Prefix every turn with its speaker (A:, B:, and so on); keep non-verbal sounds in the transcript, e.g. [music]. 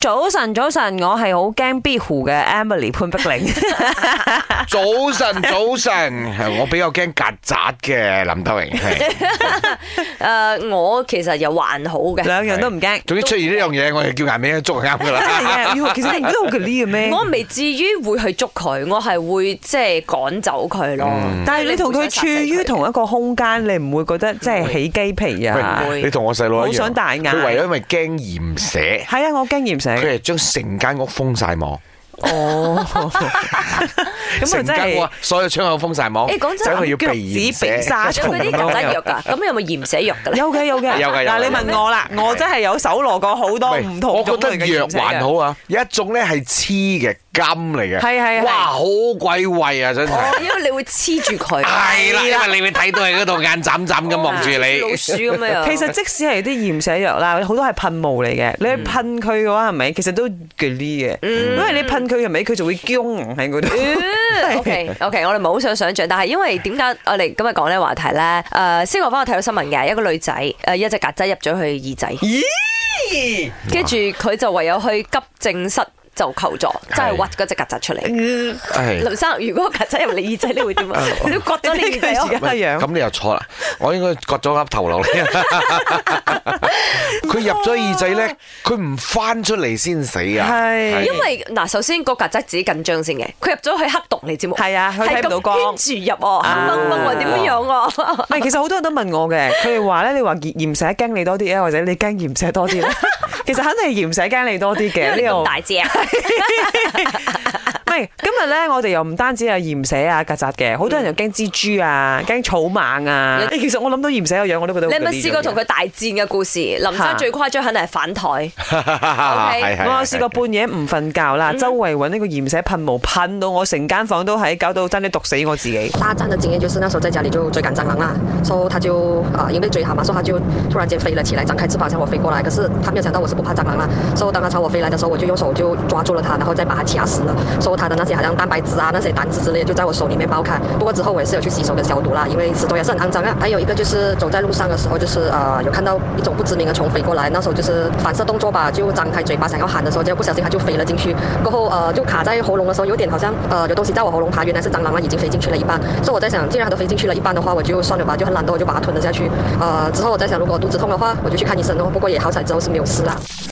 A: 早晨，早晨，我係好驚 B 湖嘅 Emily 潘碧 [laughs] 玲。
B: 早
A: [laughs]
B: 晨，早晨，我比較驚曱甴嘅
A: [laughs]
B: 林德榮，係
C: 誒、呃我其實又還好嘅，
A: 兩樣都唔 [laughs] 驚。
B: 總之出現呢樣嘢，我哋叫顏美欣捉係啱噶
A: [laughs]
B: 啦。
A: 真係哎嘅，其實你唔覺得 [laughs] 好 g 呢嘅咩？
C: 我未至於會去捉佢，我係會即係趕走佢咯。
B: 嗯
A: 但係你同佢處
C: 即係會想殺死
A: 於
C: 佢
A: 同一個空間，你唔會覺得即係起雞皮啊？
B: 喂，你同我細佬一樣
A: 好想大嗌
B: 佢唯咗因為驚鹽蛇，
A: 係啊，我經驗
B: 佢
A: 寫
B: 係將成間屋封晒網，
A: [laughs] 哦，咁啊
B: 成
A: 真
B: 間
A: 係
B: 屋啊所有窗口封晒網，
C: 誒講真
B: 等佢要
A: 指
B: 避鹽
A: 避
B: 蛇。
A: 沙
C: 有
A: 蟲
C: 嗰啲
A: 咁
C: 曱甴
A: 樣
C: 藥㗎，啊咁有冇鹽蛇藥㗎咧？
A: 有嘅有嘅
B: 有嘅有
A: 嗱，
B: 嘅
A: 你問我啦，
B: 有嘅
A: 我真係有搜羅過好多
B: 喂
A: 唔同
B: 我覺
A: 種類
B: 得
A: 嘅
B: 藥
A: 鹽蛇
B: 還
A: 嘅。
B: 好啊，有一種咧係黐嘅金嚟嘅，
A: 係係係
B: 哇，好鬼畏啊，真係。
C: 哦，因為你會黐住
B: [laughs]
C: 佢，
B: 係
A: 哎
B: 啦，因為你會睇到喺嗰度眼眨眨咁望住你。
C: 老鼠
B: [laughs]
C: 咁樣。
A: 其實即使係啲鹽寫藥啦，好多係噴霧嚟
C: 嗯
A: 嘅。你去噴佢嘅話係咪？其實都嘅呢嘅，因為你噴佢係咪佢就會僵喺嗰度。
C: O K O 嗯 K，我哋唔係好想想像，但係因為點解我哋今日講呢個話題咧？呃誒、先講翻我睇到新聞嘅，一個女仔誒、一隻曱甴入咗佢耳仔，
A: 咦？
C: 跟住佢就唯有去急症室就求助，真係屈嗰隻曱甴出嚟。
B: 係
C: 林生，如果曱甴入你耳仔，你會點
A: [laughs]
C: 啊？
A: 哦
C: 你都割咗你耳仔哦
A: 你睇佢而家
C: 咯。
B: 喂
A: 樣
B: 咁你又錯啦，我應該割咗鴨頭落嚟。佢入咗耳仔咧，佢唔翻出嚟先死啊！
A: [laughs] 係
C: 因
B: [laughs]
C: 為嗱，首先個曱甴自己緊張先嘅，佢入咗去黑洞嚟節目，
A: 係啊佢睇唔到光啊
C: 光，圈住入我，掹掹我點樣樣我？
A: 唔係，其實好多人都問我嘅，佢哋話咧，你話鹽鹽蛇驚你多啲啊，或者你驚鹽蛇多啲
C: [laughs]
A: 咧？其實肯定係鹽蛇驚你多啲
C: 因
A: 嘅
C: 為
A: 呢
C: 你咁
A: 度。
C: 大隻啊，
A: [laughs]
C: [laughs]
A: 唔係今日咧，我哋又唔單止有鹽蛇啊、曱甴嘅，好多人又驚蜘蛛啊、驚草蜢啊。誒其實我諗到鹽蛇個樣，我都覺得
C: 嗯你
A: 好
C: 有冇
A: 得意
C: 試過
A: 嘅
C: 同佢大戰嘅故事？林
A: 嚇
C: 生最誇張肯定係反台。
B: 係係
A: 我有試過半夜唔瞓覺啦，周圍揾呢個鹽蛇噴霧噴到我成間房都係，搞到真係毒死我自己。
D: 大战的经验就是那时候在家里就追赶蟑螂啦，所、啊以他就啊、因为追它嘛，所、以他就突然间飞了起来，张开翅膀向我飞过来。可是他没有想到我是不怕蟑螂啦，所、以当他朝我飞来的时候，我就用手就抓住了它，然后再把它掐死了。所、以他的那些好像蛋白质啊、那些胆汁之类的就在我手里面爆开。不过之后我也是有去洗手跟消毒啦，因为石头也是很肮脏啊。还有一个就是走在路上的时候，就是啊、有看到一种不知名的虫飞过来，那时候就是反射动作吧，就张开嘴巴想要喊的时候，结果不小心它就飞了进去。过后呃就卡在喉咙的时候，有点好像呃有东西在我喉咙爬，原来是蟑螂啊，已经飞进去了一半。所以我在想，既然它都飞进去了一半的话，我就算了吧，就很懒惰，我就把它吞了下去。呃，之后我在想，如果肚子痛的话，我就去看医生哦。不过也好彩之后是没有事啦。